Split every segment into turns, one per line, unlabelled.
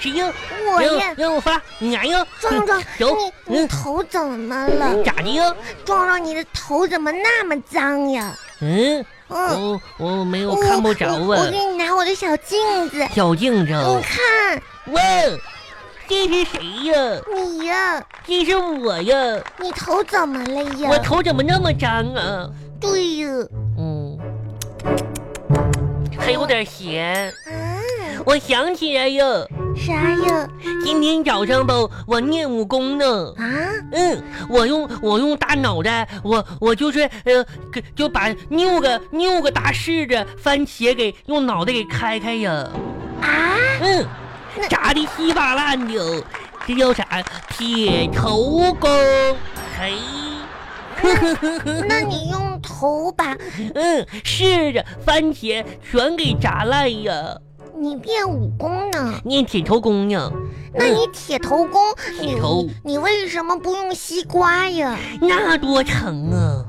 是鹦
我
鹦
呀，
鹦鹉发，呀鹦，
壮壮，
有
你你
嗯
头怎么了？
咋的呀？
壮壮，你的头怎么那么脏呀？
嗯，
嗯，
我我没有
我
看不着
我我
啊哦
给，你拿我的小镜子，
小镜子，
你看
喂，这是谁呀？
你呀，
这是我呀，
你头怎么了呀？
我头怎么那么脏啊？
对呀，
嗯，还有点咸。
啊，
我想起来了，
啥呀？
今天早上吧，我练武功呢。
啊，
嗯，我用我用大脑袋，我我就是呃，给就把六个六个大柿子番茄给用脑袋给开开呀。
啊，
嗯
那，
炸的稀巴烂的，这叫啥？铁头功。嘿，
那你用头把
嗯，柿子、番茄全给炸烂呀，
你练武功呢？
练铁头功呢。
那你铁头功，你
铁头
你为什么不用西瓜呀？
那多疼啊！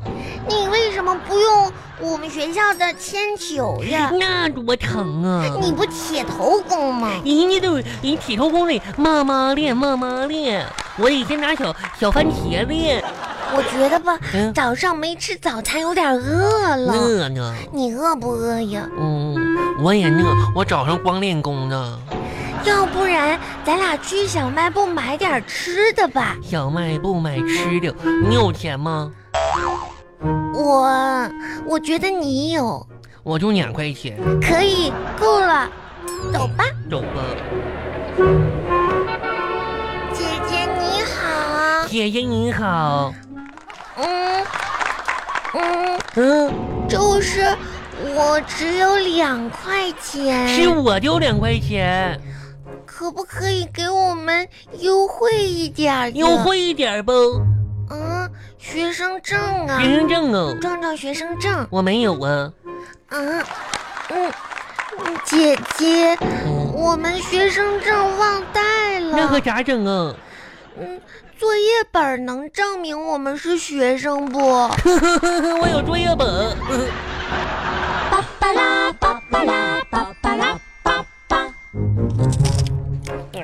你为什么不用我们学校的铅球呀？
那多疼啊！
你不铁头功吗？
人家都有人铁头功得慢慢练，慢慢练。我得先拿小小番茄练。
我觉得吧，
嗯，
早上没吃早餐，有点饿了。
饿呢。
你饿不饿呀？
嗯，我也饿。我早上光练功呢。
要不然咱俩去小卖部买点吃的吧。
小卖部买吃的，你有钱吗？
我我觉得你有，
我就两块钱，
可以够了，走吧。
走吧。
姐姐你好，
姐姐你好。
嗯嗯，
嗯，
就是我只有两块钱，
是我丢两块钱，
可不可以给我们优惠一点儿的？
优？惠一点不？
嗯，学生证啊，
学生证哦，
壮壮学生证。
我没有啊。
嗯嗯，姐姐，
嗯，
我们学生证忘带
那可
了。
咋整 啊？
嗯，作业本能证明我们是学生不？
我有啊作业本。
巴巴拉巴巴拉巴巴拉巴巴。
这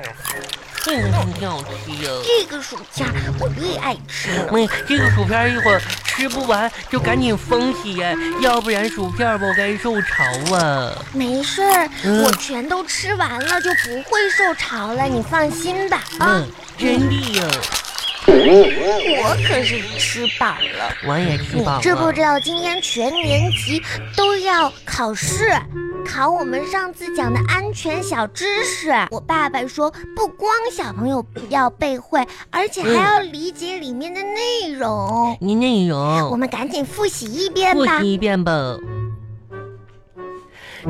个挺好吃呀。
这个暑假我最爱吃了。
妹，这个薯片一会儿吃不完就赶紧封起呀，要不然薯片不该受潮啊。
没事儿，
嗯
我全都吃完了，就不会受潮了，你放心吧。啊
嗯，，真的呀，嗯
我可是吃饱了。
我也吃
你
饱了。
知不知道今天全年级都要考试，考我们上次讲的安全小知识？我爸爸说，不光小朋友要背会，而
嗯
且还要理解里面的内容。
你内
我
容
们赶紧复习一遍
哦复
吧。
习一遍吧。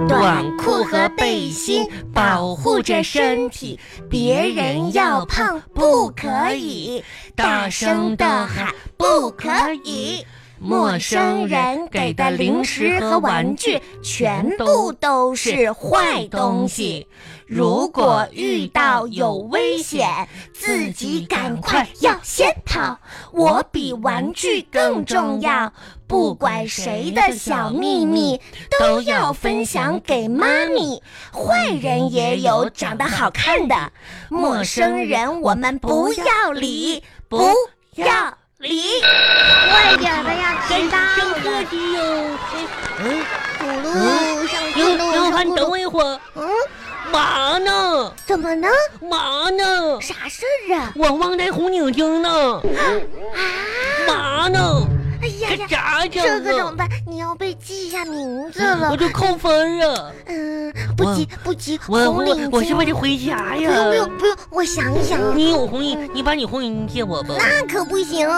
短裤和背心保护着身体，别人要碰不可以，大声的喊不可以。陌生人给的零食和玩具全部
都
是坏东西。如果遇到有危险，自己赶快要
先跑，
我比玩具更重要。不管谁的小秘密都要分享给妈咪。
坏
人也有长得好
看的，
陌生人
我们
不要理不要
理。快点吧呀，迟
真
到
上
了
课！去哟！嗯，
咕噜
嗯
上
刘
咕
刘
噜上
凡，
咕
等我
噜。
一会儿，
嗯，
嘛呢？
怎么呢？
嘛呢？
啥事儿啊？
我忘带红领巾呢，嘛呢？
哎呀
可
呀，
咋整
这个怎么
啊？
办？你要被记一下名字了
我。就扣分啊！
嗯，不急不急，
我
红领
我
巾。
我是不是得回家
不用不
呀？
用不用，我想一想啊，
你有红领，你把你红领巾借我吧。
那可不行。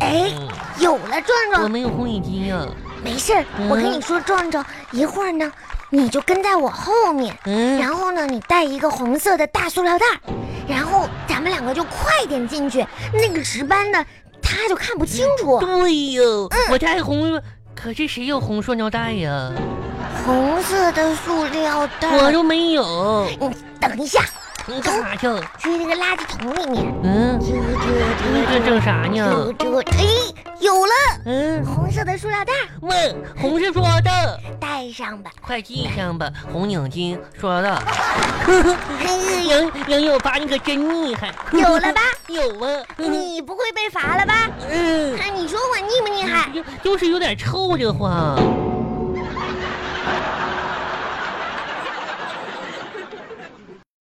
哎
嗯
有了，壮
我
壮，
没有红领巾呀。
没事儿。我跟你说，壮壮，一会儿呢，你就跟在我后面，
嗯，
然后呢，你带一个红色的大塑料袋儿，然后咱们两个就快点进去。那个值班的他就看不清楚，
对哟，
嗯
我带红，可是谁有红塑料袋呀？
红色的塑料袋
我
儿。
都没有，
你等一下，
你干啥去？
去那个垃圾桶里面。
嗯，
丢丢
你
丢
这整啥呢
丢？丢，哎，有了，
嗯，
红色的塑料袋，
问红是说的，
戴上吧。
快系上吧，红领巾说的。
嘿
哎杨杨小八，你可真厉害，
有了吧？嗯
有啊，
你不会被罚了吧？
嗯，
看你说我腻不腻害？
就就是有点臭这话。